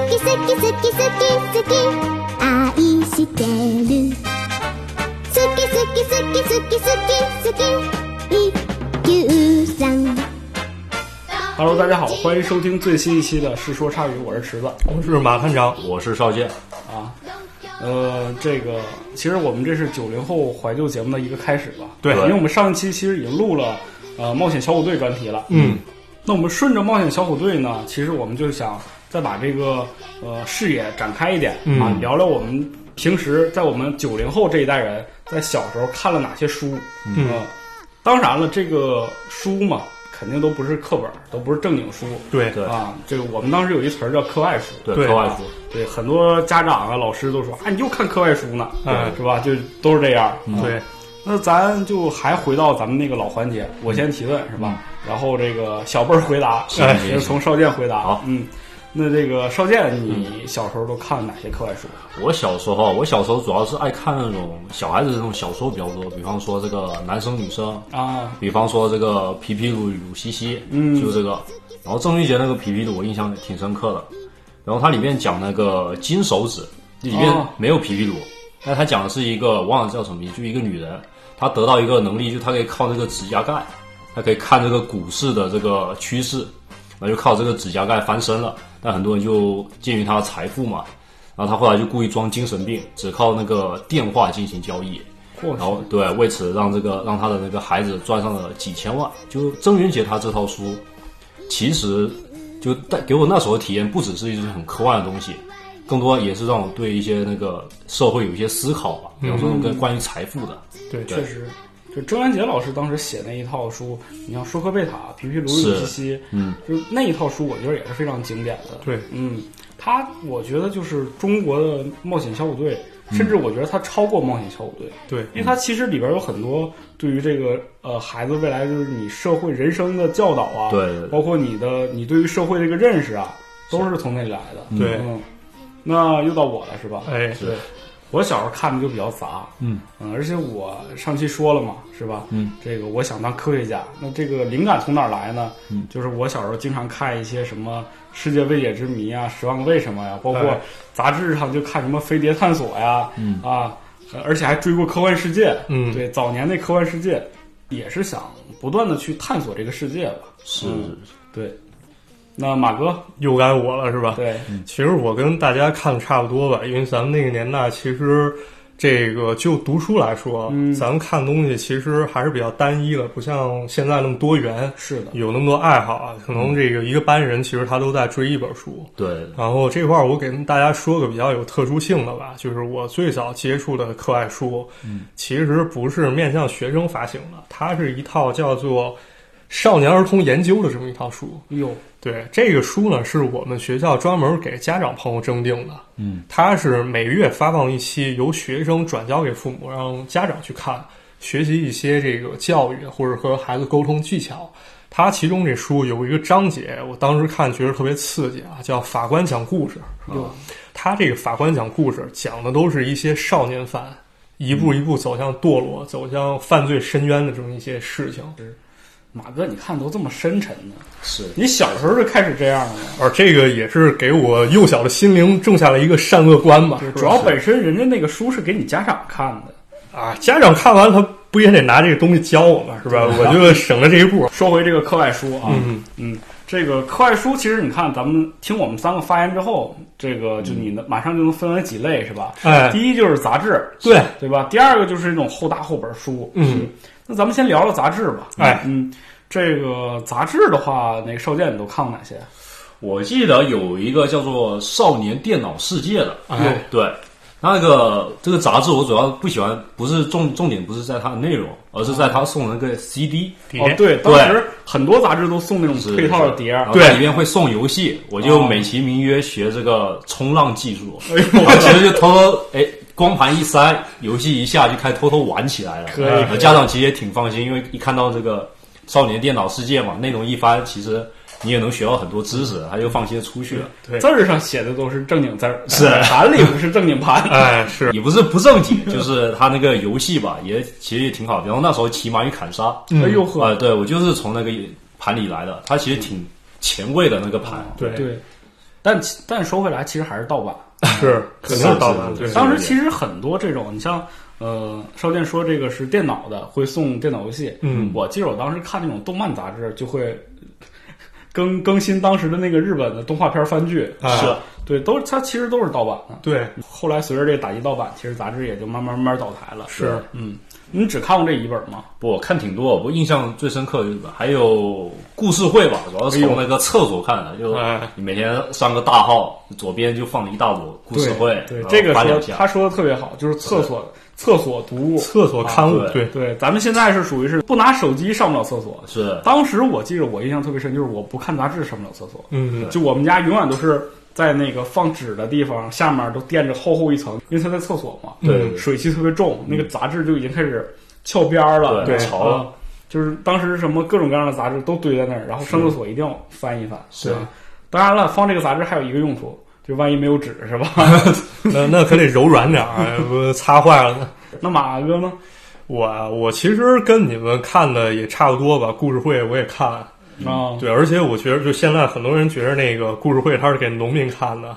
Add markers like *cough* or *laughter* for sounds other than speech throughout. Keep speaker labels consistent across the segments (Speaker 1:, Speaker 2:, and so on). Speaker 1: き好き好き愛してる好き好き好き好き好き好き一休さん
Speaker 2: Hello，大家好，欢迎收听最新一期的《世说差语》，我是池子。
Speaker 3: 我是马探长，
Speaker 4: 我是少剑，
Speaker 2: 呃，这个其实我们这是九零后怀旧节目的一个开始吧？
Speaker 3: 对
Speaker 2: 因为我们上一期其实已经录了呃冒险小虎队专题了。
Speaker 3: 嗯，
Speaker 2: 那我们顺着冒险小虎队呢，其实我们就想再把这个呃视野展开一点、
Speaker 3: 嗯
Speaker 2: 啊，聊聊我们平时在我们九零后这一代人在小时候看了哪些书。
Speaker 3: 嗯
Speaker 2: 呃当然了，这个书嘛，肯定都不是课本，都不是正经书。
Speaker 3: 对
Speaker 4: 对
Speaker 2: 啊，这个我们当时有一词儿叫课外书，
Speaker 4: 对
Speaker 3: 对
Speaker 4: 课外书，
Speaker 2: 对，很多家长啊、老师都说啊，你又看课外书呢，
Speaker 3: 嗯
Speaker 2: 是吧？就都是这样。
Speaker 4: 嗯
Speaker 3: 对，
Speaker 2: 那咱就还回到咱们那个老环节，我先提问是
Speaker 4: 嗯
Speaker 2: 吧？嗯然后这个小辈儿回答，
Speaker 4: 行
Speaker 2: 哎
Speaker 4: 行
Speaker 2: 也是从少剑回答。
Speaker 4: 好嗯
Speaker 2: 嗯，那这个少剑，你小时候都看哪些课外书？
Speaker 4: 我小时候，我小时候主要是爱看那种小孩子这种小说比较多，比方说这个男生女生，
Speaker 2: 啊，
Speaker 4: 比方说这个皮皮鲁与鲁西西，
Speaker 2: 嗯
Speaker 4: 就是这个。然后郑伊健那个皮皮鲁，我印象挺深刻的。然后它里面讲那个金手指，里
Speaker 2: 哦
Speaker 4: 面没有皮皮鲁，但它讲的是一个我忘了叫什么名，就一个女人，她得到一个能力，就她可以靠那个指甲盖，她可以看这个股市的这个趋势，然后就靠这个指甲盖翻身了。但很多人就鉴于她的财富嘛，然后她后来就故意装精神病，只靠那个电话进行交易。
Speaker 2: 我
Speaker 4: 然后对，为此让这个让他的那个孩子赚上了几千万。就郑渊洁他这套书，其实就带给我那时候的体验，不只是一种很科幻的东西，更多也是让我对一些那个社会有一些思考吧，比方说跟关于财富的，
Speaker 3: 对
Speaker 2: 确实。就郑渊洁老师当时写那一套书，你像《舒克贝塔》《皮皮鲁鲁西
Speaker 4: 是
Speaker 2: 西》，
Speaker 4: 嗯，
Speaker 2: 就是那一套书，我觉得也是非常经典的。
Speaker 3: 对
Speaker 2: 嗯，他我觉得就是中国的冒险小虎队，甚至我觉得他超过冒险小虎队，
Speaker 3: 对，
Speaker 2: 因为它其实里边有很多对于这个呃孩子未来就是你社会人生的教导啊，
Speaker 4: 对对对
Speaker 2: 包括你的你对于社会这个认识啊，都是从那里来的。
Speaker 3: 对
Speaker 2: 嗯，那又到我了是吧？
Speaker 3: 哎，
Speaker 2: 对，我小时候看的就比较杂，
Speaker 4: 嗯
Speaker 2: 嗯，而且我上期说了嘛，是吧？
Speaker 4: 嗯，
Speaker 2: 这个我想当科学家，那这个灵感从哪儿来呢？
Speaker 4: 嗯，
Speaker 2: 就是我小时候经常看一些什么《世界未解之谜》啊，《十万个为什么》呀，包括
Speaker 3: 哎
Speaker 2: 杂志上就看什么《飞碟探索》呀，
Speaker 4: 嗯
Speaker 2: 啊，而且还追过《科幻世界》。
Speaker 3: 嗯
Speaker 2: 对，早年那《科幻世界》也是想不断的去探索这个世界吧。
Speaker 4: 是
Speaker 2: 嗯对，那马
Speaker 4: 啊
Speaker 2: 哥，
Speaker 3: 又该我了是吧？
Speaker 2: 对，
Speaker 4: 嗯
Speaker 3: 其实我跟大家看的差不多吧，因为咱们那个年代，其实这个就读书来说，
Speaker 2: 嗯
Speaker 3: 咱们看东西其实还是比较单一的，不像现在那么多元，
Speaker 2: 是的，
Speaker 3: 有那么多爱好啊。可能这个一个班人其实他都在追一本书。
Speaker 4: 对，
Speaker 3: 然后这块儿我给大家说个比较有特殊性的吧，就是我最早接触的课外书，
Speaker 2: 嗯
Speaker 3: 其实不是面向学生发行的，它是一套叫做《少年儿童研究》的这么一套书。
Speaker 2: 哟，
Speaker 3: 对，这个书呢是我们学校专门给家长朋友征订的，
Speaker 4: 嗯，
Speaker 3: 它是每月发放一期，由学生转交给父母，让家长去看，学习一些这个教育或者和孩子沟通技巧。它其中这书有一个章节，我当时看觉得特别刺激啊，叫“法官讲故事”。
Speaker 2: 哟，
Speaker 3: 他这个法官讲故事，讲的都是一些少年犯一步一步走向堕落、走向犯罪深渊的这么一些事情。
Speaker 2: 马哥，你看都这么深沉呢。
Speaker 4: 是
Speaker 2: 你小时候就开始这样了吗？
Speaker 3: 而这个也是给我幼小的心灵种下了一个善恶观吧。
Speaker 2: 主要本身人家那个书是给你家长看的。
Speaker 3: 啊，家长看完他不也得拿这个东西教我吗？是吧？我就省了这一
Speaker 2: *laughs*
Speaker 3: 步。
Speaker 2: 说回这个课外书啊，
Speaker 3: 嗯
Speaker 2: 这个课外书其实你看，咱们听我们三个发言之后，这个就你能马上就能分为几类是吧？
Speaker 3: 哎，
Speaker 2: 第一就是杂志，
Speaker 3: 对，
Speaker 2: 对吧？第二个就是那种厚大厚本书。
Speaker 3: 嗯，
Speaker 2: 那咱们先聊聊杂志吧。
Speaker 3: 哎
Speaker 2: 嗯，这个杂志的话，那个少剑你都看过哪些？
Speaker 4: 我记得有一个叫做《少年电脑世界》的，
Speaker 3: 哎
Speaker 4: 对，那个这个杂志我主要不喜欢，不是重重点不是在它的内容，而是在它送的那个 CD，
Speaker 3: 碟
Speaker 2: 哦，对，当时很多杂志都送那种
Speaker 4: 是
Speaker 2: 配套的碟儿。哦
Speaker 4: 然后
Speaker 3: 对
Speaker 4: 它里面会送游戏，我就美其名曰学这个冲浪技术，
Speaker 2: 哎呦
Speaker 4: *laughs* 然后其实就偷偷哎光盘一塞，游戏一下就开始偷偷玩起来了。
Speaker 2: 可以
Speaker 4: 呃
Speaker 2: 可以
Speaker 4: 家长其实也挺放心，因为一看到这个少年电脑世界嘛，内容一翻，其实你也能学到很多知识，他就放心地出去了。
Speaker 3: 对
Speaker 2: 字，儿上写的都是正经字儿，
Speaker 4: 是
Speaker 2: 盘里不是正经盘。
Speaker 3: 哎是，
Speaker 4: 也不是不
Speaker 2: *laughs*
Speaker 4: 正经，就是他那个游戏吧，也其实也挺好。然后那时候骑马与砍杀，
Speaker 2: 哎呦
Speaker 3: 嗯
Speaker 2: 呵，
Speaker 4: 啊，对我就是从那个盘里来的，它其实挺前卫的那个盘。
Speaker 3: 对
Speaker 2: 对，但其但说回来，其实还是盗版。
Speaker 3: 是肯定盗版，
Speaker 4: 是
Speaker 3: 对
Speaker 4: 是，
Speaker 2: 当时其实很多这种，你像呃，少剑说这个是电脑的，会送电脑游戏。
Speaker 3: 嗯
Speaker 2: 我记得我当时看那种动漫杂志，就会更更新当时的那个日本的动画片番剧，
Speaker 3: 哎是
Speaker 2: 对，都它其实都是盗版的。
Speaker 3: 对，
Speaker 2: 后来随着这打击盗版，其实杂志也就慢慢慢慢倒台了。
Speaker 3: 是
Speaker 2: 嗯，你只看过这一本吗？
Speaker 4: 不，我看挺多，我印象最深刻就是还有故事会
Speaker 2: 哎
Speaker 4: 吧，主要是从那个厕所看的，就
Speaker 3: 哎
Speaker 4: 你每天上个大号，左边就放了一大摞故事会，
Speaker 2: 对
Speaker 4: 然后
Speaker 2: 这个
Speaker 4: 翻
Speaker 2: 说
Speaker 4: 两下
Speaker 2: 他说的特别好，就是厕所厕所读物。
Speaker 3: 厕所刊物
Speaker 4: 啊，
Speaker 3: 对，
Speaker 2: 对，咱们现在是属于是不拿手机上不了厕所。
Speaker 4: 是
Speaker 2: 当时我记着我印象特别深，就是我不看杂志上不了厕所。
Speaker 3: 嗯，
Speaker 2: 就我们家永远都是在那个放纸的地方下面都垫着厚厚一层，因为它在厕所嘛，
Speaker 3: 对嗯
Speaker 2: 水汽特别重，那个杂志就已经开始翘边儿了，
Speaker 4: 对
Speaker 2: 嗯
Speaker 4: 潮了。
Speaker 2: 就是当时什么各种各样的杂志都堆在那儿，然后上厕所一定要翻一翻。
Speaker 4: 是
Speaker 2: 对吧，当然了，放这个杂志还有一个用处，就万一没有纸是吧？
Speaker 3: 那那可得柔软点儿，啊不擦坏了呢。
Speaker 2: *laughs* 那马哥呢？
Speaker 3: 我啊我其实跟你们看的也差不多吧，故事会我也看，
Speaker 2: 啊，
Speaker 3: 嗯对，而且我觉得就现在很多人觉得那个故事会它是给农民看的，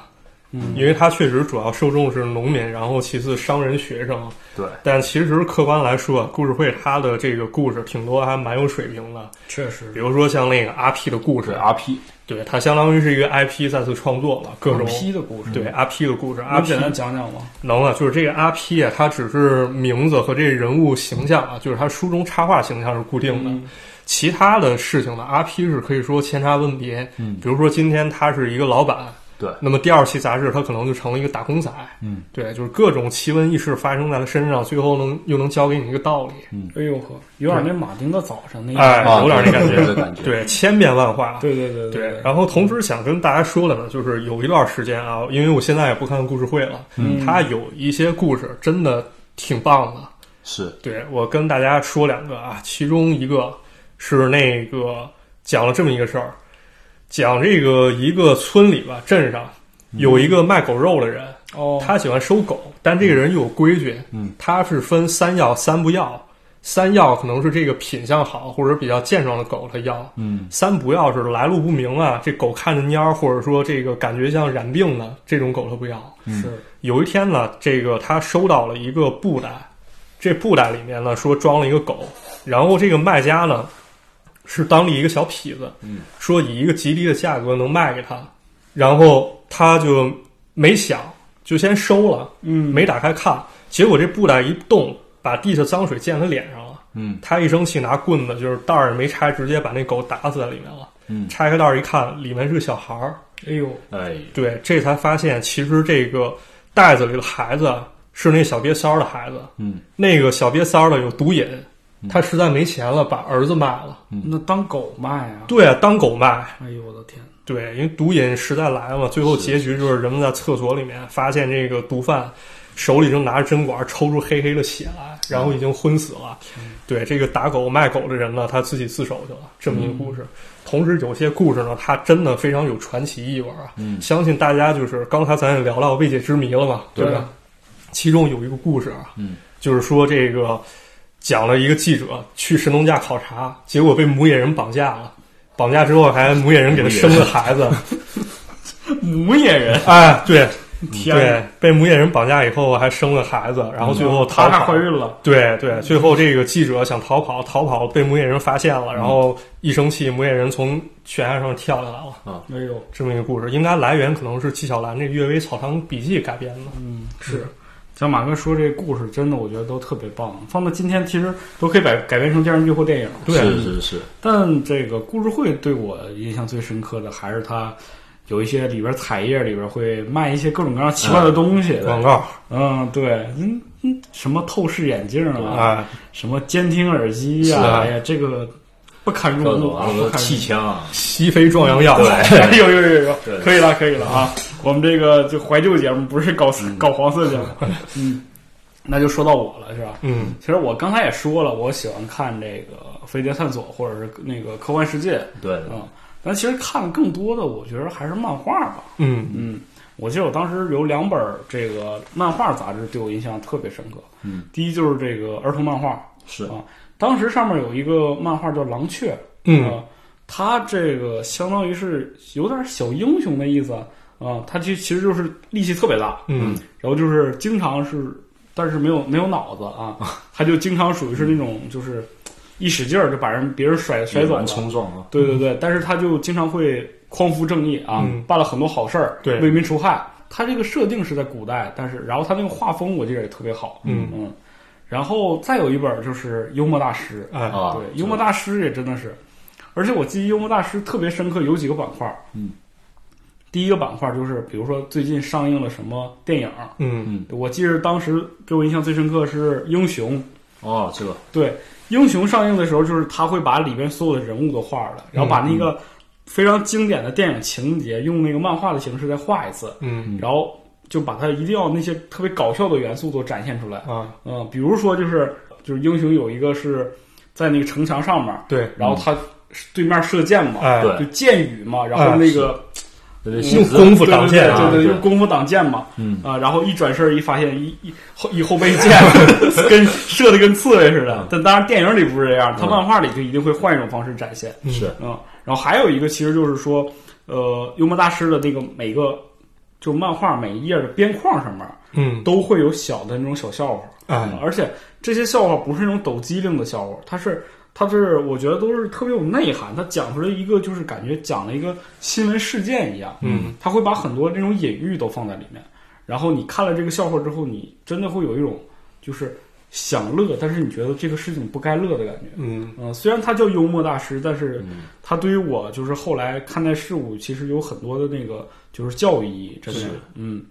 Speaker 2: 嗯
Speaker 3: 因为它确实主要受众是农民，然后其次商人、学生。
Speaker 4: 对，
Speaker 3: 但其实客观来说，故事会它的这个故事挺多还蛮有水平的，
Speaker 2: 确实
Speaker 3: 比如说像那个阿 P 的故
Speaker 4: 是
Speaker 3: 事，啊
Speaker 4: RP，
Speaker 3: 对，它相当于是一个 IP 再次创作了，各种。
Speaker 2: 批的故事，
Speaker 3: 对阿 P 的故事，阿
Speaker 2: 能
Speaker 3: P
Speaker 2: 简单讲讲吗？
Speaker 3: 能啊，就是这个阿 P 啊，他只是名字和这人物形象啊，就是他书中插画形象是固定的，
Speaker 2: 嗯
Speaker 3: 其他的事情呢，阿 P 是可以说千差万别。
Speaker 4: 嗯
Speaker 3: 比如说今天他是一个老板，
Speaker 4: 对
Speaker 3: 那么第二期杂志他可能就成了一个打工仔，
Speaker 4: 嗯，
Speaker 3: 对，就是各种奇闻异事发生在他身上，最后能又能教给你一个道理，
Speaker 4: 嗯
Speaker 2: 哎呦呵，有点那马丁的早晨那个，
Speaker 3: 哎
Speaker 4: 啊
Speaker 3: 有点那感
Speaker 4: 对
Speaker 3: 觉
Speaker 4: 这感觉
Speaker 3: 对，千变万化。
Speaker 2: 对对对
Speaker 3: 对
Speaker 2: 对，，
Speaker 3: 然后同时想跟大家说的呢，就是有一段时间啊，因为我现在也不看故事会了，
Speaker 2: 嗯
Speaker 3: 它有一些故事真的挺棒的。
Speaker 4: 是
Speaker 3: 对我跟大家说两个啊，其中一个是那个讲了这么一个事儿，讲这个一个村里吧，镇上有一个卖狗肉的人，
Speaker 2: 哦，
Speaker 3: 他喜欢收狗，但这个人又有规矩，
Speaker 4: 嗯，
Speaker 3: 他是分三要三不要，三要可能是这个品相好或者比较健壮的狗他要，
Speaker 4: 嗯
Speaker 3: 三不要是来路不明啊，这狗看着蔫儿，或者说这个感觉像染病的这种狗它不要。
Speaker 2: 是
Speaker 3: 有一天呢，这个他收到了一个布袋，这布袋里面呢说装了一个狗，然后这个卖家呢是当地一个小痞子，
Speaker 4: 嗯
Speaker 3: 说以一个极低的价格能卖给他，然后他就没想，就先收了，
Speaker 2: 嗯
Speaker 3: 没打开看，结果这布袋一动，把地下脏水溅他脸上了。
Speaker 4: 嗯
Speaker 3: 他一生气，拿棍子就是袋儿也没拆，直接把那狗打死在里面了。
Speaker 4: 嗯，
Speaker 3: 拆开袋儿一看，里面是个小孩儿。
Speaker 2: 哎呦，
Speaker 4: 哎，
Speaker 3: 对，这才发现其实这个袋子里的孩子啊是那小瘪三儿的孩子。
Speaker 4: 嗯
Speaker 3: 那个小瘪三儿的有毒瘾，他实在没钱了，把儿子卖了。
Speaker 2: 那当狗卖啊！
Speaker 3: 对啊，当狗卖。
Speaker 2: 哎呦我的天，
Speaker 3: 对，因为毒瘾实在来了嘛，最后结局就是人们在厕所里面发现这个毒贩手里正拿着针管抽出黑黑的血来，然后已经昏死了。对，这个打狗卖狗的人呢，他自己自首去了，这么一个故事。同时，有些故事呢，它真的非常有传奇意味啊。
Speaker 4: 嗯
Speaker 3: 相信大家就是刚才咱也聊到未解之谜了嘛，对
Speaker 2: 对
Speaker 3: 吧？其中有一个故事啊，
Speaker 4: 嗯
Speaker 3: 就是说这个讲了一个记者去神农架考察，结果被母野人绑架了。绑架之后，还母野人给他生了
Speaker 2: *laughs*
Speaker 3: 孩子，
Speaker 2: 母野人，
Speaker 3: 哎， *laughs* 对
Speaker 2: 天哪，
Speaker 3: 对，被母野人绑架以后还生了孩子，然后最后逃
Speaker 2: 她
Speaker 3: 跑
Speaker 2: 啊俩怀孕了，
Speaker 3: 对对，最后这个记者想逃跑，逃跑被母野人发现
Speaker 2: 嗯
Speaker 3: 了，然后一生气，母野人从悬崖上跳下来了。
Speaker 2: 哎呦，
Speaker 3: 这么一个故事，应该来源可能是纪晓岚这《阅微草堂笔记》改编的。
Speaker 2: 嗯，是。像马哥说这故事，真的我觉得都特别棒，放到今天其实都可以改改编成电视剧或电影。
Speaker 3: 对
Speaker 4: 是是是，
Speaker 2: 但这个故事会对我印象最深刻的还是它有一些里边彩页里边会卖一些各种各样奇怪的东西。
Speaker 3: 广告，
Speaker 2: 嗯，对，嗯嗯，什么透视眼镜啊，
Speaker 3: 哎，
Speaker 2: 什么监听耳机呀、
Speaker 3: 是啊
Speaker 2: 哎呀，这个不堪入
Speaker 4: 各
Speaker 2: 目
Speaker 4: 种
Speaker 2: 啊
Speaker 4: 啊，什
Speaker 2: 不
Speaker 4: 么
Speaker 2: 堪入
Speaker 4: 气
Speaker 2: 目
Speaker 4: 枪啊，
Speaker 3: 西非壮阳药，
Speaker 2: *laughs*
Speaker 4: 对，
Speaker 2: 有有有有
Speaker 4: *laughs* 对，
Speaker 2: 可以了可以了啊！我们这个就怀旧节目，不是搞搞黄色
Speaker 4: *laughs*
Speaker 2: 节目。嗯，那就说到我了，是吧？
Speaker 3: 嗯，
Speaker 2: 其实我刚才也说了，我喜欢看这个《飞碟探索》或者是那个《科幻世界》
Speaker 4: 对，
Speaker 2: 嗯，但其实看的更多的，我觉得还是漫画吧。
Speaker 3: 嗯，
Speaker 2: 嗯，我记得我当时有两本这个漫画杂志对我印象特别深刻。
Speaker 4: 嗯，
Speaker 2: 第一就是这个儿童漫画，
Speaker 4: 是
Speaker 2: 啊，当时上面有一个漫画叫《狼雀》，
Speaker 3: 嗯
Speaker 2: 呃，它这个相当于是有点小英雄的意思啊、啊，他其其实就是力气特别大，
Speaker 3: 嗯
Speaker 2: 然后就是经常是，但是没有没有脑子啊，他就经常属于是那种就是一使劲儿就把人别人甩甩走
Speaker 4: 蛮
Speaker 2: 了，
Speaker 4: 冲撞啊，
Speaker 2: 对对对，但是他就经常会匡扶正义啊，
Speaker 3: 嗯
Speaker 2: 办了很多好事儿，
Speaker 3: 对
Speaker 2: 为民除害。他这个设定是在古代，但是然后他那个画风我觉得也特别好，
Speaker 3: 嗯
Speaker 2: 嗯。然后再有一本就是《幽默大师》，
Speaker 3: 哎
Speaker 4: 啊，
Speaker 2: 对，幽默大师也真的是，而且我记忆幽默大师特别深刻，有几个板块。
Speaker 4: 嗯，
Speaker 2: 第一个板块就是比如说最近上映了什么电影，
Speaker 3: 嗯
Speaker 2: 我记得当时给我印象最深刻是《英雄》，
Speaker 4: 哦，这个
Speaker 2: 对，《英雄》上映的时候，就是他会把里边所有的人物都画出来，然后把那个非常经典的电影情节用那个漫画的形式再画一次，
Speaker 3: 嗯
Speaker 2: 然后就把它一定要那些特别搞笑的元素都展现出来。
Speaker 3: 啊
Speaker 2: 嗯，比如说就是就是英雄有一个是在那个城墙上面，
Speaker 3: 对，
Speaker 2: 然后他对面射箭嘛，
Speaker 3: 哎
Speaker 4: 对
Speaker 2: 就箭雨嘛，然后那个
Speaker 4: 对对，
Speaker 3: 用
Speaker 4: 性质
Speaker 3: 功夫挡箭
Speaker 2: 对
Speaker 3: 啊，
Speaker 2: 对对，
Speaker 4: 对
Speaker 2: 用功夫挡箭嘛，
Speaker 4: 嗯
Speaker 2: 啊，然后一转身一发现一一后一后背箭跟射的跟刺猬似的
Speaker 4: 嗯，
Speaker 2: 但当然电影里不是这样，他
Speaker 4: 嗯
Speaker 2: 漫画里就一定会换一种方式展现，
Speaker 3: 嗯
Speaker 4: 是
Speaker 2: 嗯，然后还有一个其实就是说，呃，幽默大师的那个每个就是漫画每一页的边框上面
Speaker 3: 嗯
Speaker 2: 都会有小的那种小笑话，
Speaker 3: 哎
Speaker 2: 啊而且这些笑话不是那种抖机灵的笑话，它是它是我觉得都是特别有内涵，它讲出来一个就是感觉讲了一个新闻事件一样，
Speaker 3: 嗯
Speaker 2: 它会把很多这种隐喻都放在里面，然后你看了这个笑话之后，你真的会有一种就是想乐，但是你觉得这个事情不该乐的感觉。
Speaker 3: 嗯
Speaker 2: 嗯，虽然他叫幽默大师，但是
Speaker 4: 嗯
Speaker 2: 他对于我就是后来看待事物，其实有很多的那个就是教育意义，真的
Speaker 4: 是，
Speaker 2: 嗯，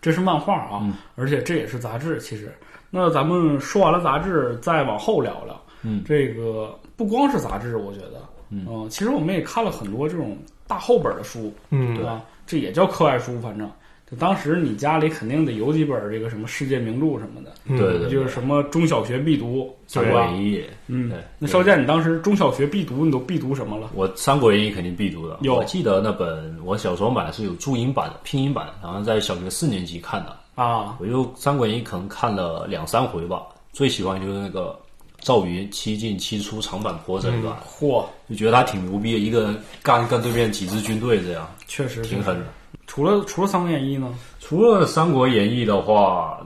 Speaker 2: 这是漫画啊，
Speaker 4: 嗯
Speaker 2: 而且这也是杂志。其实，那咱们说完了杂志，再往后聊聊
Speaker 4: 嗯
Speaker 2: 这个，不光是杂志，我觉得，
Speaker 4: 嗯
Speaker 2: 呃其实我们也看了很多这种大厚本的书，对
Speaker 3: 嗯
Speaker 2: 吧？这也叫课外书，反正就当时你家里肯定得有几本这个什么世界名著什么的，
Speaker 3: 嗯
Speaker 4: 对对
Speaker 2: 就是什么中小学必读，
Speaker 4: 《三
Speaker 2: 对
Speaker 4: 国
Speaker 2: 吧？
Speaker 4: 演义》
Speaker 2: 嗯
Speaker 4: 哎对，
Speaker 2: 那少剑，你当时中小学必读，你都必读什么了？
Speaker 4: 我《三国演义》肯定必读的。
Speaker 2: 有
Speaker 4: 我记得那本我小时候买的是有注音版的、拼音版的，好像在小学四年级看的。
Speaker 2: 啊，
Speaker 4: 我就《三国演义》可能看了两三回吧，最喜欢就是那个赵云七进七出长坂坡这一段，
Speaker 2: 嗯嚯，
Speaker 4: 就觉得他挺牛逼的，一个人干干对面几支军队这样，
Speaker 2: 确实
Speaker 4: 挺
Speaker 2: 是。
Speaker 4: 狠的。
Speaker 2: 除了除了《三国演义》呢？
Speaker 4: 除了《三国演义》的话，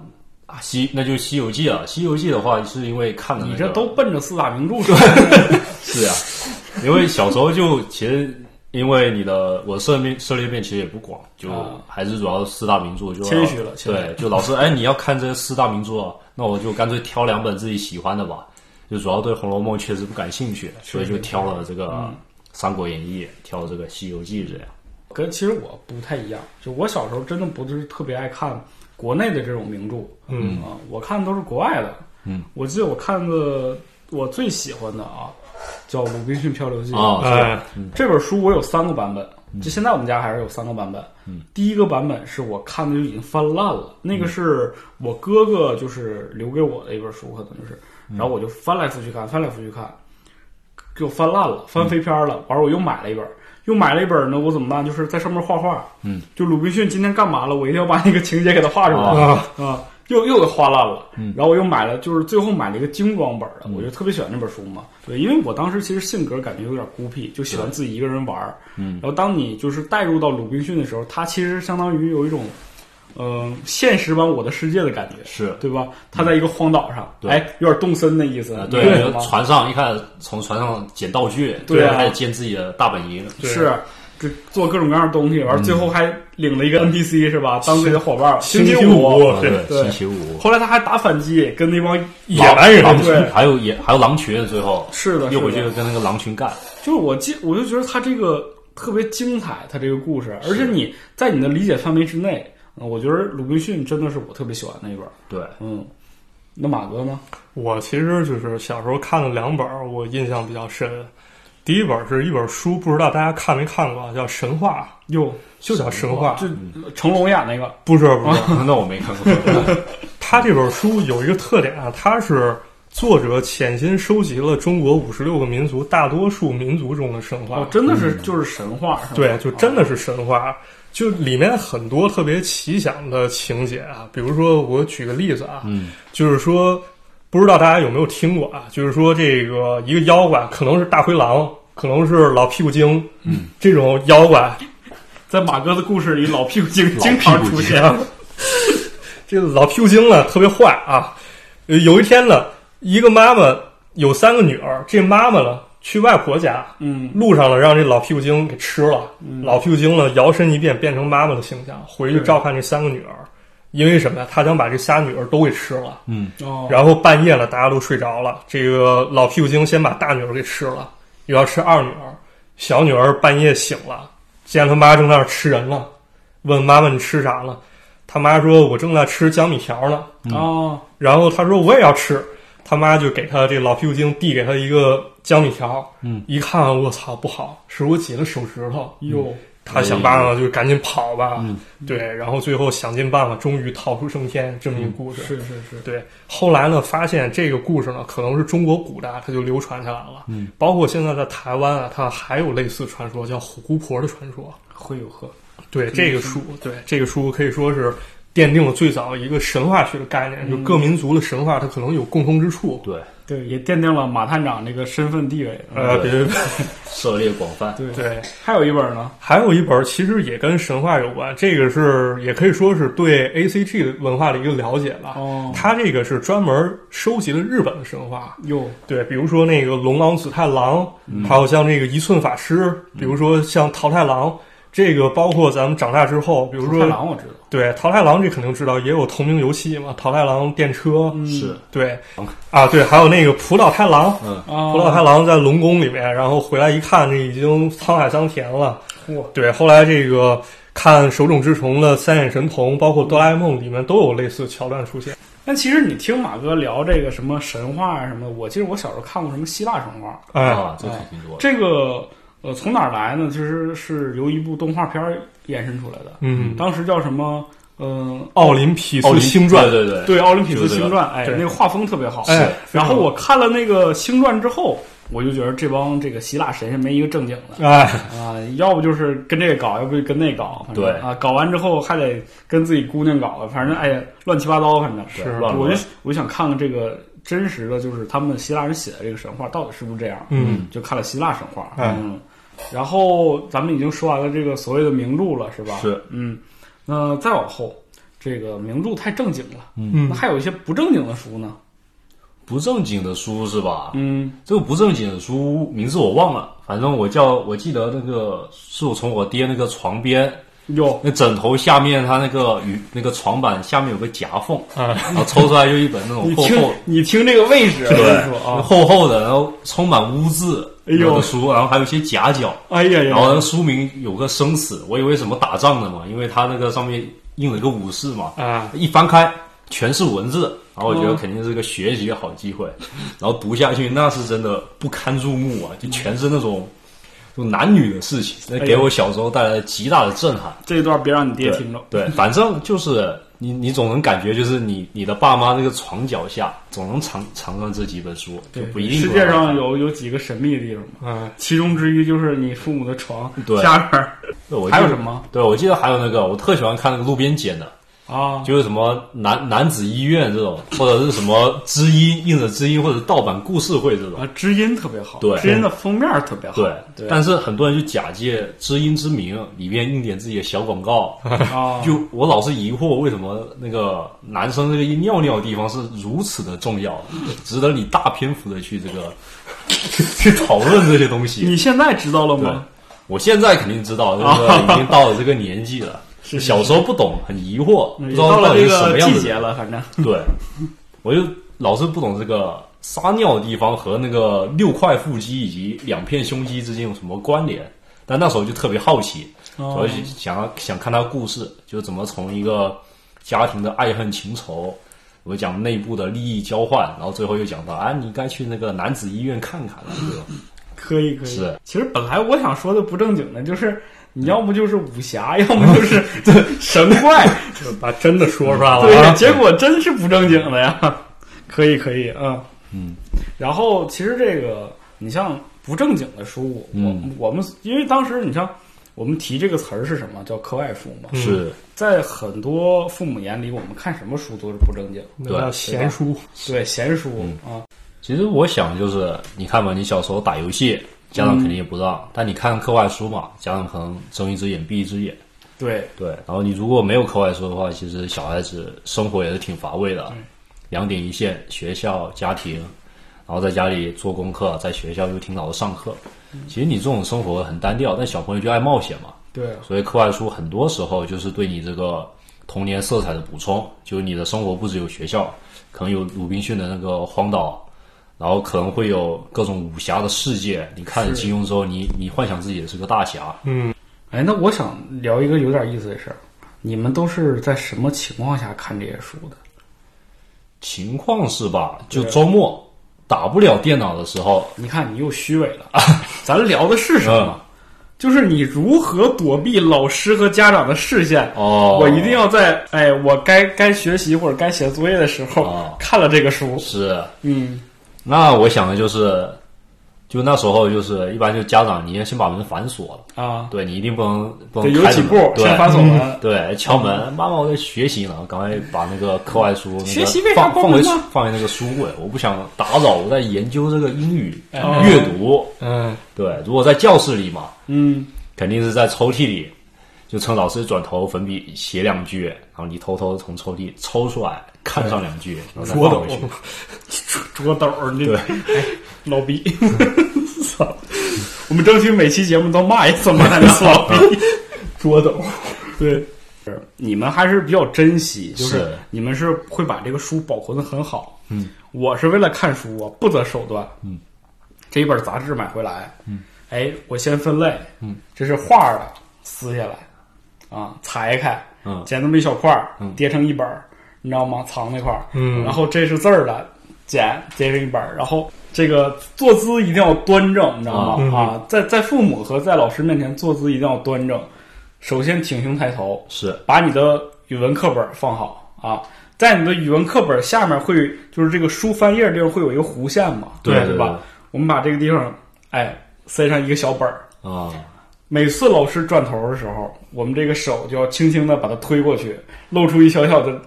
Speaker 4: 啊西那就《西游记》了，《西游记》的话是因为看了、那
Speaker 2: 你
Speaker 4: 个，
Speaker 2: 这都奔着四大名著去 *laughs* 了。
Speaker 4: 是啊，因为小时候就其实因为你的我涉猎面涉猎面其实也不广，就
Speaker 2: 啊
Speaker 4: 还是主要四大名著就
Speaker 2: 谦虚了谦虚
Speaker 4: 对，就老师哎你要看这四大名著啊，那我就干脆挑两本自己喜欢的吧。就主要对《红楼梦》确实不感兴趣，所以就挑了这个《
Speaker 2: 嗯
Speaker 4: 三国演义》，挑了这个《西游记》这样。
Speaker 2: 跟其实我不太一样，就我小时候真的不是特别爱看国内的这种名著，
Speaker 3: 嗯
Speaker 2: 啊，我看的都是国外的。
Speaker 4: 嗯，
Speaker 2: 我记得我看的我最喜欢的啊，叫《鲁滨逊漂流记》
Speaker 4: 啊
Speaker 3: 哎
Speaker 2: 这本书我有三个版本，就现在我们家还是有三个版本。
Speaker 4: 嗯，
Speaker 2: 第一个版本是我看的就已经翻烂了，那个是我哥哥就是留给我的一本书，可能就是，
Speaker 4: 嗯
Speaker 2: 然后我就翻来覆去看，翻来覆去看，给我翻烂了，翻飞篇了。完了我又买了一本，又买了一本呢，我怎么办？就是在上面画画。
Speaker 4: 嗯，
Speaker 2: 就鲁滨逊今天干嘛了？我一定要把那个情节给他画出来。
Speaker 4: 啊
Speaker 3: 啊
Speaker 2: 啊，又又给画烂了。
Speaker 4: 嗯
Speaker 2: 然后我又买了，就是最后买了一个精装本儿的，我就特别喜欢那本书嘛。对，因为我当时其实性格感觉有点孤僻，就喜欢自己一个人玩儿。
Speaker 4: 嗯
Speaker 2: 然后当你就是带入到鲁滨逊的时候，他其实相当于有一种，嗯、现实版《我的世界》的感觉，
Speaker 4: 是
Speaker 2: 对吧？他在一个荒岛上，
Speaker 4: 对
Speaker 2: 哎，有点动森的意思
Speaker 4: 啊，，
Speaker 2: 你
Speaker 4: 对，
Speaker 2: 认
Speaker 4: 就
Speaker 2: 为吗
Speaker 4: 船上一开始从船上捡道具，
Speaker 2: 对啊
Speaker 4: 开始建自己的大本营，
Speaker 3: 对
Speaker 2: 是。就做各种各样的东西，
Speaker 4: 嗯
Speaker 2: 完了最后还领了一个 NPC 是吧？当自己的伙伴儿，
Speaker 3: 星
Speaker 2: 期
Speaker 3: 期五
Speaker 4: 啊
Speaker 3: 对
Speaker 2: 对
Speaker 4: 星期五，
Speaker 2: 后来他还打反击，跟那帮
Speaker 3: 野蛮人
Speaker 4: 狼
Speaker 2: 对
Speaker 4: 群，还有野还有狼群，最后
Speaker 2: 是的，
Speaker 4: 又
Speaker 2: 是
Speaker 4: 回去
Speaker 2: 的
Speaker 4: 跟那个狼
Speaker 2: *laughs*
Speaker 4: 群干，
Speaker 2: 就是我记，我就觉得他这个特别精彩，他这个故事，而且你在你的理解范围之内，呃我觉得鲁滨逊真的是我特别喜欢的一本儿。
Speaker 4: 对，
Speaker 2: 嗯，那马哥呢？
Speaker 3: 我其实就是小时候看了两本儿，我印象比较深。第一本是一本书，不知道大家看没看过啊，叫《神话
Speaker 2: 哟，》，
Speaker 3: 就叫《神话》
Speaker 2: 就嗯成龙演那个，
Speaker 3: 不是不是，
Speaker 4: 那我没看过，
Speaker 2: *laughs*
Speaker 3: 它这本书有一个特点啊，它是作者潜心收集了中国五十六个民族大多数民族中的神话。
Speaker 2: 哦，真的是就是神话，是吧
Speaker 3: 嗯
Speaker 2: 哦
Speaker 3: 对，就真的是神话。就里面很多特别奇想的情节啊，比如说我举个例子啊，
Speaker 4: 嗯
Speaker 3: 就是说不知道大家有没有听过啊，就是说这个一个妖怪可能是大灰狼，可能是老屁股精，嗯，这种妖怪
Speaker 2: 在马哥的故事里，老屁股精经
Speaker 4: 老
Speaker 2: 常
Speaker 4: 屁股
Speaker 2: 出
Speaker 4: 精
Speaker 2: 现。
Speaker 3: *laughs* 这个老屁股精呢特别坏啊。呃有一天呢，一个妈妈有三个女儿，这妈妈呢去外婆家，
Speaker 2: 嗯，
Speaker 3: 路上呢让这老屁股精给吃了。老屁股精呢摇身一变变成妈妈的形象，回去
Speaker 2: 对
Speaker 3: 照看这三个女儿，因为什么呀？他想把这仨女儿都给吃了。
Speaker 4: 嗯，
Speaker 2: 哦，
Speaker 3: 然后半夜了，大家都睡着了，这个老屁股精先把大女儿给吃了，又要吃二女儿，小女儿半夜醒了，见他妈正在那儿吃人了，问妈妈你吃啥了？他妈说我正在吃江米条呢。
Speaker 2: 哦，
Speaker 3: 然后他说我也要吃，他妈就给他这老屁股精递给他一个江米条，
Speaker 4: 嗯，
Speaker 3: 一看我操不好，是我姐的手指头，
Speaker 2: 哟，
Speaker 3: 他想办法就赶紧跑吧，
Speaker 4: 嗯
Speaker 3: 对，然后最后想尽办法，终于逃出升天，这么一个故事。
Speaker 2: 是是是，
Speaker 3: 对，后来呢，发现这个故事呢，可能是中国古代它就流传下来了，
Speaker 4: 嗯，
Speaker 3: 包括现在在台湾啊，它还有类似传说，叫虎姑婆的传说。
Speaker 2: 会有喝，
Speaker 3: 对，这个书，对这个书可以说是奠定了最早一个神话学的概念，就各民族的神话它可能有共通之处。
Speaker 4: 对，
Speaker 2: 对，也奠定了马探长这个身份地位。
Speaker 3: 呃，别别别
Speaker 4: 涉猎广泛，
Speaker 2: 对，
Speaker 3: 对，
Speaker 2: 还有一本呢，
Speaker 3: 还有一本儿其实也跟神话有关，这个是也可以说是对 A C G 文化的一个了解吧。
Speaker 2: 哦
Speaker 3: 它这个是专门收集了日本的神话，
Speaker 2: 哟，
Speaker 3: 对，比如说那个龙王紫太郎，还有像这个一寸法师，比如说像桃太郎，这个包括咱们长大之后，比如
Speaker 2: 太
Speaker 3: 说
Speaker 2: 郎我知道，
Speaker 3: 对桃太郎这肯定知道，也有同名游戏嘛，桃太郎电车，
Speaker 4: 是，
Speaker 3: 对，啊对，还有那个浦岛太郎。
Speaker 4: 嗯，
Speaker 2: 啊，
Speaker 3: 浦岛太郎在龙宫里面，然后回来一看，这已经沧海桑田了。
Speaker 2: 嚯
Speaker 3: 对，后来这个看手冢治虫的《三眼神童》，包括《哆啦 A 梦》里面都有类似桥段出现。
Speaker 2: 但其实你听马哥聊这个什么神话啊什么，我记得我小时候看过什么希腊神话，
Speaker 3: 哎，
Speaker 4: 啊，这挺多的，
Speaker 2: 这个呃从哪儿来呢？其实是由一部动画片儿衍生出来的，
Speaker 3: 嗯，
Speaker 2: 当时叫什么？嗯，
Speaker 3: 奥林匹
Speaker 4: 奥
Speaker 3: 斯
Speaker 4: 林
Speaker 3: 星传，
Speaker 4: 对对对，
Speaker 2: 对，《奥林匹斯
Speaker 4: 就是这个
Speaker 2: 星传》，哎，
Speaker 3: 对
Speaker 2: 那个画风特别好。
Speaker 3: 哎非
Speaker 2: 然
Speaker 3: 常
Speaker 2: 后我看了那个星传之后，我就觉得这帮这个希腊神仙没一个正经的。
Speaker 3: 哎，
Speaker 2: 啊，要不就是跟这个搞，要不就跟那搞，反正
Speaker 4: 对
Speaker 2: 啊，搞完之后还得跟自己姑娘搞，反正哎呀，乱七八糟，反正
Speaker 4: 对
Speaker 3: 是
Speaker 4: 乱
Speaker 2: 我
Speaker 4: 伦
Speaker 2: 就我就想看看这个真实的，就是他们希腊人写的这个神话到底是不是这样，
Speaker 3: 嗯，
Speaker 2: 就看了希腊神话，
Speaker 3: 哎
Speaker 2: 嗯，然后咱们已经说完了这个所谓的名著了，是吧？
Speaker 4: 是，
Speaker 2: 嗯，那再往后，这个名著太正经了，
Speaker 3: 嗯
Speaker 2: 那，还有一些不正经的书呢，
Speaker 4: 不正经的书是吧？
Speaker 2: 嗯，
Speaker 4: 这个不正经的书名字我忘了，反正我叫我记得那个是我从我爹那个床边
Speaker 2: 有
Speaker 4: 那枕头下面，他那个与那个床板下面有个夹缝，
Speaker 3: 啊，
Speaker 4: 然后抽出来就一本那种
Speaker 2: 你
Speaker 4: 厚
Speaker 2: 听
Speaker 4: 厚，
Speaker 2: 你听这个位
Speaker 4: *laughs*
Speaker 2: 置，我跟你说啊，
Speaker 4: 厚厚的，然后充满污渍，
Speaker 2: 哎呦
Speaker 4: 有的书，然后还有一些夹角，
Speaker 2: 哎呀
Speaker 4: 然后那
Speaker 2: 呀，
Speaker 4: 个书名有个生死，我以为什么打仗的嘛，因为他那个上面印了个武士嘛，
Speaker 3: 啊，
Speaker 4: 一翻开全是文字，然后我觉
Speaker 2: 哦
Speaker 4: 得肯定是个学习的好机会，然后读下去那是真的不堪入目啊，就全是那种就男女的事情，那
Speaker 2: 哎
Speaker 4: 给我小时候带来了极大的震撼。
Speaker 2: 这一段别让你爹
Speaker 4: 对
Speaker 2: 听着。
Speaker 4: 对，反正就是你你总能感觉就是你你的爸妈那个床脚下总能藏藏上这几本书，就不一定
Speaker 2: 世界上有有几个神秘的地方嘛，
Speaker 3: 啊，
Speaker 2: 其中之一就是你父母的床
Speaker 4: 对
Speaker 2: 下边儿
Speaker 4: 对我记得
Speaker 2: 还有什么
Speaker 4: 对，我记得还有那个，我特喜欢看那个路边捡的，
Speaker 2: 啊？
Speaker 4: 就是什么男男子医院这种，或者是什么知音印着知音或者盗版故事会这种。
Speaker 2: 啊，知音特别好，
Speaker 4: 对
Speaker 2: 知音的封面儿特别好，
Speaker 4: 对，
Speaker 2: 对，
Speaker 4: 但是很多人就假借知音之名，里面印点自己的小广告。
Speaker 2: *laughs* 啊，
Speaker 4: 就我老是疑惑，为什么那个男生这个尿尿的地方是如此的重要，值得你大篇幅的去这个 *laughs* 去讨论这些东西。
Speaker 2: 你现在知道了
Speaker 4: 对
Speaker 2: 吗？，
Speaker 4: 我现在肯定知道，就是已经到了这个年纪了。
Speaker 2: 啊 *laughs* 是是
Speaker 4: 小时候不懂，很疑惑，不
Speaker 2: 嗯
Speaker 4: 知
Speaker 2: 也
Speaker 4: 道
Speaker 2: 到了
Speaker 4: 底
Speaker 2: 这
Speaker 4: 是什
Speaker 2: 个
Speaker 4: 么样
Speaker 2: 季
Speaker 4: 的
Speaker 2: 节
Speaker 4: 人。
Speaker 2: 了，
Speaker 4: *laughs*
Speaker 2: 反正 *laughs*
Speaker 4: 对，我就老是不懂这个撒尿的地方和那个六块腹肌以及两片胸肌之间有什么关联。但那时候就特别好奇，
Speaker 2: 哦
Speaker 4: 所以想要想看他故事，就是怎么从一个家庭的爱恨情仇，我讲内部的利益交换，然后最后又讲到啊，你该去那个男子医院看看了，
Speaker 2: *laughs*
Speaker 4: 对吧？
Speaker 2: 可以可以。
Speaker 4: 是，
Speaker 2: 其实本来我想说的不正经的就是。你要不就是武侠，要么就是对神怪，
Speaker 3: 就把真的说出来了
Speaker 2: 对，
Speaker 3: 啊。
Speaker 2: 结果真是不正经的呀。 *laughs* 可以，可以，嗯
Speaker 4: 嗯。
Speaker 2: 然后其实这个，你像不正经的书，我、
Speaker 4: 嗯
Speaker 2: 我们因为当时你像我们提这个词儿是什么叫课外书嘛，
Speaker 3: 嗯
Speaker 4: 是
Speaker 2: 在很多父母眼里，我们看什么书都是不正经，
Speaker 3: 那
Speaker 4: 对
Speaker 3: 叫闲书，
Speaker 2: 对闲书、
Speaker 4: 嗯
Speaker 2: 啊，
Speaker 4: 其实我想就是，你看嘛，你小时候打游戏，家长肯定也不
Speaker 2: 嗯
Speaker 4: 让。但你看课外书嘛，家长可能睁一只眼闭一只眼。
Speaker 2: 对，
Speaker 4: 对，然后你如果没有课外书的话，其实小孩子生活也是挺乏味的，两点一线，学校、家庭，然后在家里做功课，在学校又听老师上课。其实你这种生活很单调，但小朋友就爱冒险嘛，
Speaker 2: 对，
Speaker 4: 所以课外书很多时候就是对你这个童年色彩的补充，就是你的生活不只有学校，可能有鲁滨逊的那个荒岛，然后可能会有各种武侠的世界。你看了
Speaker 2: 是
Speaker 4: 金庸之后，你你幻想自己也是个大侠，
Speaker 2: 哎，那我想聊一个有点意思的事儿，你们都是在什么情况下看这些书的？
Speaker 4: 情况是吧？就周末打不了电脑的时候，
Speaker 2: 你看你又虚伪
Speaker 4: *laughs*
Speaker 2: 了，咱聊的是什么？
Speaker 4: 嗯
Speaker 2: 就是你如何躲避老师和家长的视线。
Speaker 4: 哦，
Speaker 2: 我一定要在哎，我该该学习或者该写作业的时候、
Speaker 4: 哦
Speaker 2: 看了这个书。
Speaker 4: 是。
Speaker 2: 嗯，
Speaker 4: 那我想的就是，就那时候就是一般就家长，你要先把门反锁了，
Speaker 2: 啊，
Speaker 4: 对你一定不能不
Speaker 2: 得
Speaker 4: 能
Speaker 2: 有
Speaker 4: 开
Speaker 2: 几
Speaker 4: 着
Speaker 2: 步
Speaker 4: 门对
Speaker 2: 先反锁门。
Speaker 4: 对，敲门，妈妈，我在学习呢，赶快把那个课外书那个
Speaker 2: 学习为啥
Speaker 4: 放
Speaker 2: 关
Speaker 4: 放回
Speaker 2: 门吗
Speaker 4: 放回那个书柜，我不想打扰，我在研究这个英语阅读。
Speaker 3: 嗯，
Speaker 4: 对，如果在教室里嘛，
Speaker 2: 嗯，
Speaker 4: 肯定是在抽屉里，就趁老师转头，粉笔写两句，然后你偷偷从抽屉抽出来，看上两句，
Speaker 2: 嗯
Speaker 4: 然后再
Speaker 3: 捉
Speaker 4: 放
Speaker 3: 到
Speaker 4: 回去。
Speaker 2: 捉斗儿，那个 *laughs* 哎老逼， *laughs* 操！我们争取每期节目都骂一次马丹 *laughs* 斯老逼，
Speaker 3: 捉斗，
Speaker 2: 对。是你们还是比较珍惜，就是
Speaker 4: 是
Speaker 2: 你们是会把这个书保存的很好。
Speaker 4: 嗯，
Speaker 2: 我是为了看书啊，不择手段。
Speaker 4: 嗯，
Speaker 2: 这一本杂志买回来，嗯，哎，我先分类，嗯，这是画儿的，撕下来，啊，裁开，
Speaker 4: 嗯
Speaker 2: 剪那么一小块儿
Speaker 4: 嗯，
Speaker 2: 叠成一本儿，你知道吗？藏那块儿，
Speaker 3: 嗯
Speaker 2: 然后这是字儿的，剪叠成一本儿，然后这个坐姿一定要端正，你知道吗？
Speaker 3: 嗯
Speaker 2: 啊，在在父母和在老师面前坐姿一定要端正，首先挺胸抬头，
Speaker 4: 是
Speaker 2: 把你的语文课本放好啊。在你的语文课本下面会就是这个书翻页地方会有一个弧线嘛，
Speaker 4: 对
Speaker 2: 对
Speaker 4: 对
Speaker 2: 吧？我们把这个地方哎塞上一个小本儿，
Speaker 4: 啊，
Speaker 2: 每次老师转头的时候，我们这个手就要轻轻的把它推过去，露出一小小的、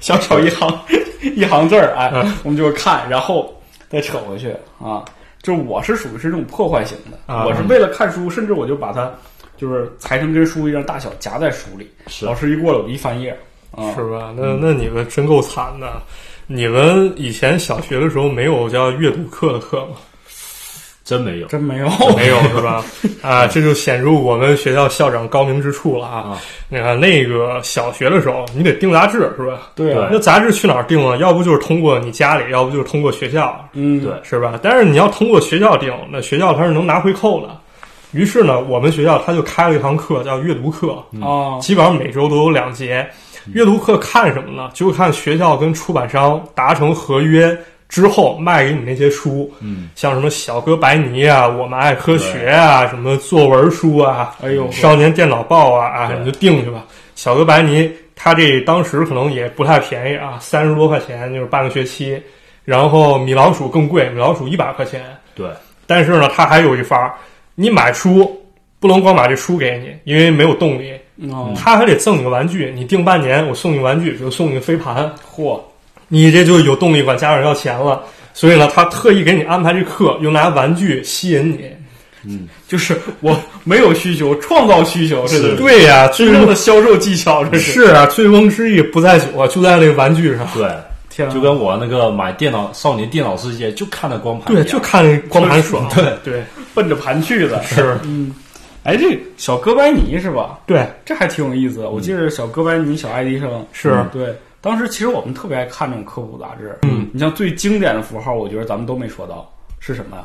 Speaker 2: 小小一行 *laughs* 一行字儿，哎，
Speaker 4: 啊
Speaker 2: 我们就会看，然后再扯回去啊。就是我是属于是这种破坏型的，
Speaker 3: 啊
Speaker 2: 我是为了看书，甚至我就把它就是裁成跟书一样大小夹在书里。
Speaker 4: 是
Speaker 2: 老师一过来，我一翻页，啊，
Speaker 3: 是吧？
Speaker 4: 嗯
Speaker 3: 那那你们真够惨的。你们以前小学的时候没有叫阅读课的课吗？
Speaker 4: 真没有。
Speaker 2: 真没有，
Speaker 4: 哦
Speaker 3: 没有是吧？啊，这就显出我们学校校长高明之处了啊
Speaker 4: 啊！
Speaker 3: 你看那个小学的时候，你得订杂志是吧？
Speaker 2: 对啊，
Speaker 4: *laughs* 对
Speaker 3: 那杂志去哪儿订啊？要不就是通过你家里，要不就是通过学校，
Speaker 2: 嗯，
Speaker 4: 对
Speaker 3: 是吧？但是你要通过学校订，那学校它是能拿回扣的。于是呢，我们学校它就开了一堂课叫阅读课，
Speaker 4: 嗯
Speaker 2: 啊，
Speaker 3: 基本上每周都有两节。阅读课看什么呢？就看学校跟出版商达成合约之后卖给你那些书，
Speaker 4: 嗯，
Speaker 3: 像什么《小哥白尼》啊，《我们爱科学》啊，什么作文书啊，
Speaker 2: 哎呦
Speaker 3: 《少年电脑报》啊，啊，
Speaker 4: 对
Speaker 3: 你就定去吧。《小哥白尼》它这当时可能也不太便宜啊，三十多块钱就是半个学期，然后米老鼠更贵，米老鼠一百块钱。
Speaker 4: 对，
Speaker 3: 但是呢，它还有一法儿，你买书不能光把这书给你，因为没有动力，
Speaker 4: 嗯
Speaker 2: 哦，
Speaker 3: 他还得赠你个玩具，你订半年，我送你玩具，比如送你个飞盘，
Speaker 2: 嚯，
Speaker 3: 你这就有动力管家长要钱了。所以呢，他特意给你安排这课，又拿玩具吸引你。
Speaker 2: 就是我没有需求，创造需求，这
Speaker 4: 是
Speaker 3: 对呀、醉
Speaker 2: 真正
Speaker 3: 翁
Speaker 2: 的销售技巧，这
Speaker 3: 是啊，醉翁之意不在酒啊，就在那个玩具上。
Speaker 4: 对，
Speaker 2: 天啊，
Speaker 4: 就跟我那个买电脑《少年电脑世界》就看了光盘一
Speaker 3: 对，
Speaker 4: 样，
Speaker 3: 就看那光盘爽。对对
Speaker 2: 奔着盘去的，
Speaker 3: 是，
Speaker 2: 哎，这小哥白尼是吧？
Speaker 3: 对
Speaker 2: 这还挺有意思的。我记得小哥白尼、小爱迪生嗯
Speaker 3: 是
Speaker 2: 对。当时其实我们特别爱看这种科普杂志。嗯，你像最经典的符号，我觉得咱们都没说到是什么呀？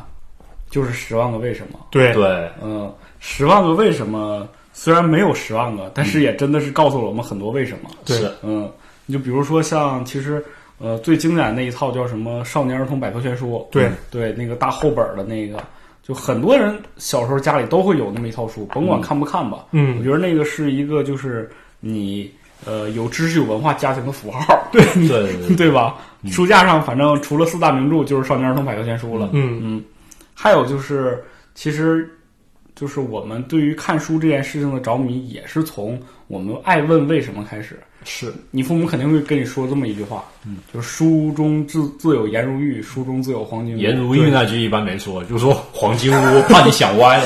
Speaker 2: 就是《十万个为什么》。
Speaker 3: 对
Speaker 4: 对，
Speaker 2: 嗯，《十万个为什么》虽然没有十万个，但是也真的是告诉了我们很多为什么。
Speaker 3: 嗯对
Speaker 4: 是
Speaker 2: 嗯，你就比如说像其实呃最经典的那一套叫什么《少年儿童百科全书》，嗯
Speaker 3: 对
Speaker 2: 对，那个大厚本儿的那个，就很多人小时候家里都会有那么一套书，甭管看不看吧。
Speaker 3: 嗯
Speaker 2: 我觉得那个是一个就是你呃有知识有文化家庭的符号，对
Speaker 4: 对对
Speaker 2: *laughs*
Speaker 4: 对
Speaker 2: 对嗯吧？书架上反正除了四大名著就是《少年儿童百科全书》了。
Speaker 3: 嗯
Speaker 2: 嗯，还有就是其实。就是我们对于看书这件事情的着迷，也是从我们爱问为什么开始。
Speaker 3: 是
Speaker 2: 你父母肯定会跟你说这么一句话，嗯，就是书中自自有颜如玉，书中自有黄金屋。
Speaker 4: 颜如玉那句一般没说，就说黄金屋，怕你想歪了。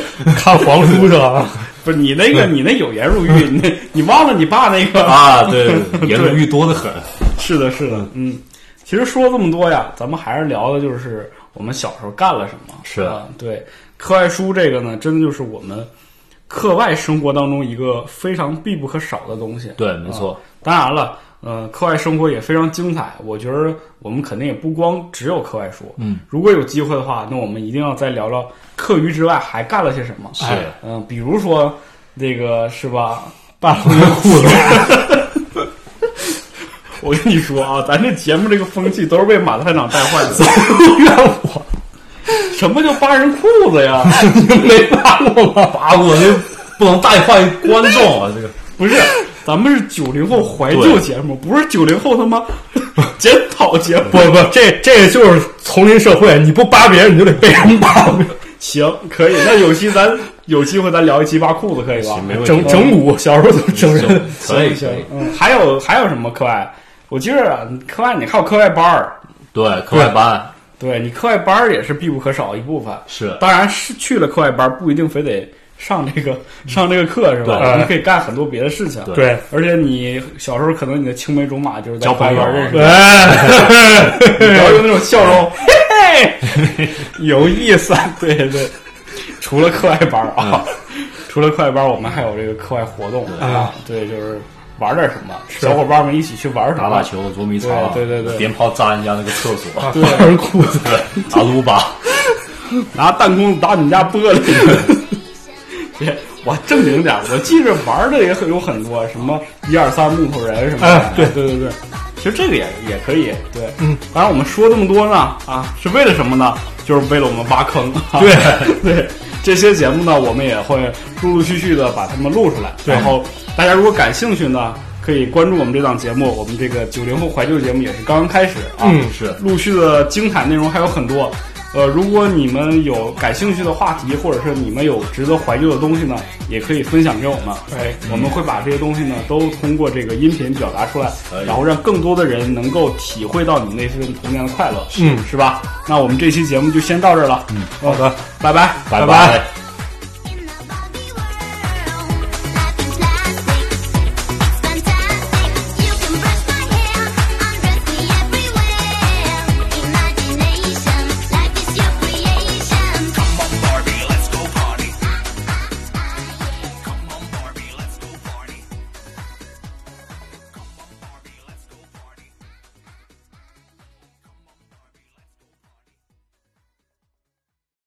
Speaker 3: *laughs* 看黄书是吧？
Speaker 2: 不是你 *laughs* 那个，你那有颜如玉，你那你忘了你爸那个
Speaker 4: *laughs* 啊，对，颜如玉多得很。
Speaker 2: 是的，是的，嗯，其实说这么多呀，咱们还是聊的就是我们小时候干了什么。
Speaker 4: 是
Speaker 2: 啊，对，课外书这个呢，真的就是我们课外生活当中一个非常必不可少的东西。
Speaker 4: 对，没
Speaker 3: 啊
Speaker 4: 错，
Speaker 2: 当然了，呃，课外生活也非常精彩。我觉得我们肯定也不光只有课外书，
Speaker 4: 嗯，
Speaker 2: 如果有机会的话，那我们一定要再聊聊课余之外还干了些什么。
Speaker 4: 是
Speaker 2: 哎嗯、比如说这个是
Speaker 3: *laughs*
Speaker 2: 吧？
Speaker 3: 大红的 *laughs* 裤子，
Speaker 2: 我跟你说啊，咱这节目这个风气都是被马探长带坏的。
Speaker 3: 怨我，
Speaker 2: 什么叫扒人裤子呀？
Speaker 3: 你 *laughs* 没扒过吗？
Speaker 4: 八我就不能带坏观众啊，这个。
Speaker 2: 不是，咱们是九零后怀旧节目，不是九零后他妈检讨节目。
Speaker 3: 不不，这这就是丛林社会，你不扒别人，你就得被人扒。
Speaker 2: 行，可以。那有期咱有机会咱聊一期扒裤子，可以吧？
Speaker 4: 行没问题
Speaker 3: 整整蛊，小时候怎么整人？
Speaker 4: 可以
Speaker 2: 行
Speaker 4: 可以，，
Speaker 2: 嗯，还有还有什么课外？我记着啊课外，你还有课外班儿，
Speaker 4: 对，课外班
Speaker 2: 对你课外班儿也是必不可少一部分。
Speaker 4: 是
Speaker 2: 当然是去了课外班儿，不一定非得上这个 *laughs* 上这个课是吧？
Speaker 4: 对
Speaker 2: 你可以干很多别的事情。
Speaker 4: 对
Speaker 3: 对，
Speaker 2: 而且你小时候可能你的青梅竹马就是在
Speaker 4: 交朋友
Speaker 2: 课外班认识的，
Speaker 3: 哎，
Speaker 2: *laughs* 然后用那种笑容，嘿嘿，有意思啊。对对，除了课外班儿啊，除了课外班儿，我们还有这个课外活动啊，对，就是玩点什么，小伙伴们一起去玩什
Speaker 4: 打打
Speaker 2: 么。
Speaker 4: 球、捉迷
Speaker 3: 啊
Speaker 4: 藏，
Speaker 2: 对对对对
Speaker 4: 鞭炮扎人家那个厕所，
Speaker 3: 扒人裤子，
Speaker 4: 对，打撸吧，
Speaker 2: 拿弹弓打你们家玻璃。 *laughs* 别，我正经点儿，我记着玩儿的也很有很多，什么一二三木头人什么的。
Speaker 3: 哎对
Speaker 2: 对对对，其实这个也也可以。对，嗯，当然我们说这么多呢，啊，是为了什么呢？就是为了我们挖坑。啊
Speaker 3: 对
Speaker 2: *laughs* 对，这些节目呢，我们也会陆陆续续的把它们录出来。
Speaker 3: 对
Speaker 2: 然后大家如果感兴趣呢，可以关注我们这档节目。我们这个九零后怀旧节目也是刚刚开始啊。
Speaker 3: 嗯
Speaker 4: 是
Speaker 2: 陆续的精彩内容还有很多。呃，如果你们有感兴趣的话题，或者是你们有值得怀旧的东西呢，也可以分享给我们。
Speaker 3: 哎，
Speaker 2: 我们会把这些东西呢，都通过这个音频表达出来
Speaker 4: 可，以
Speaker 2: 然后让更多的人能够体会到你那份童年的快乐，
Speaker 3: 嗯
Speaker 2: 是吧？那我们这期节目就先到这儿了。嗯，
Speaker 3: 好的，
Speaker 2: 拜拜，
Speaker 4: 拜
Speaker 3: 拜
Speaker 4: 拜。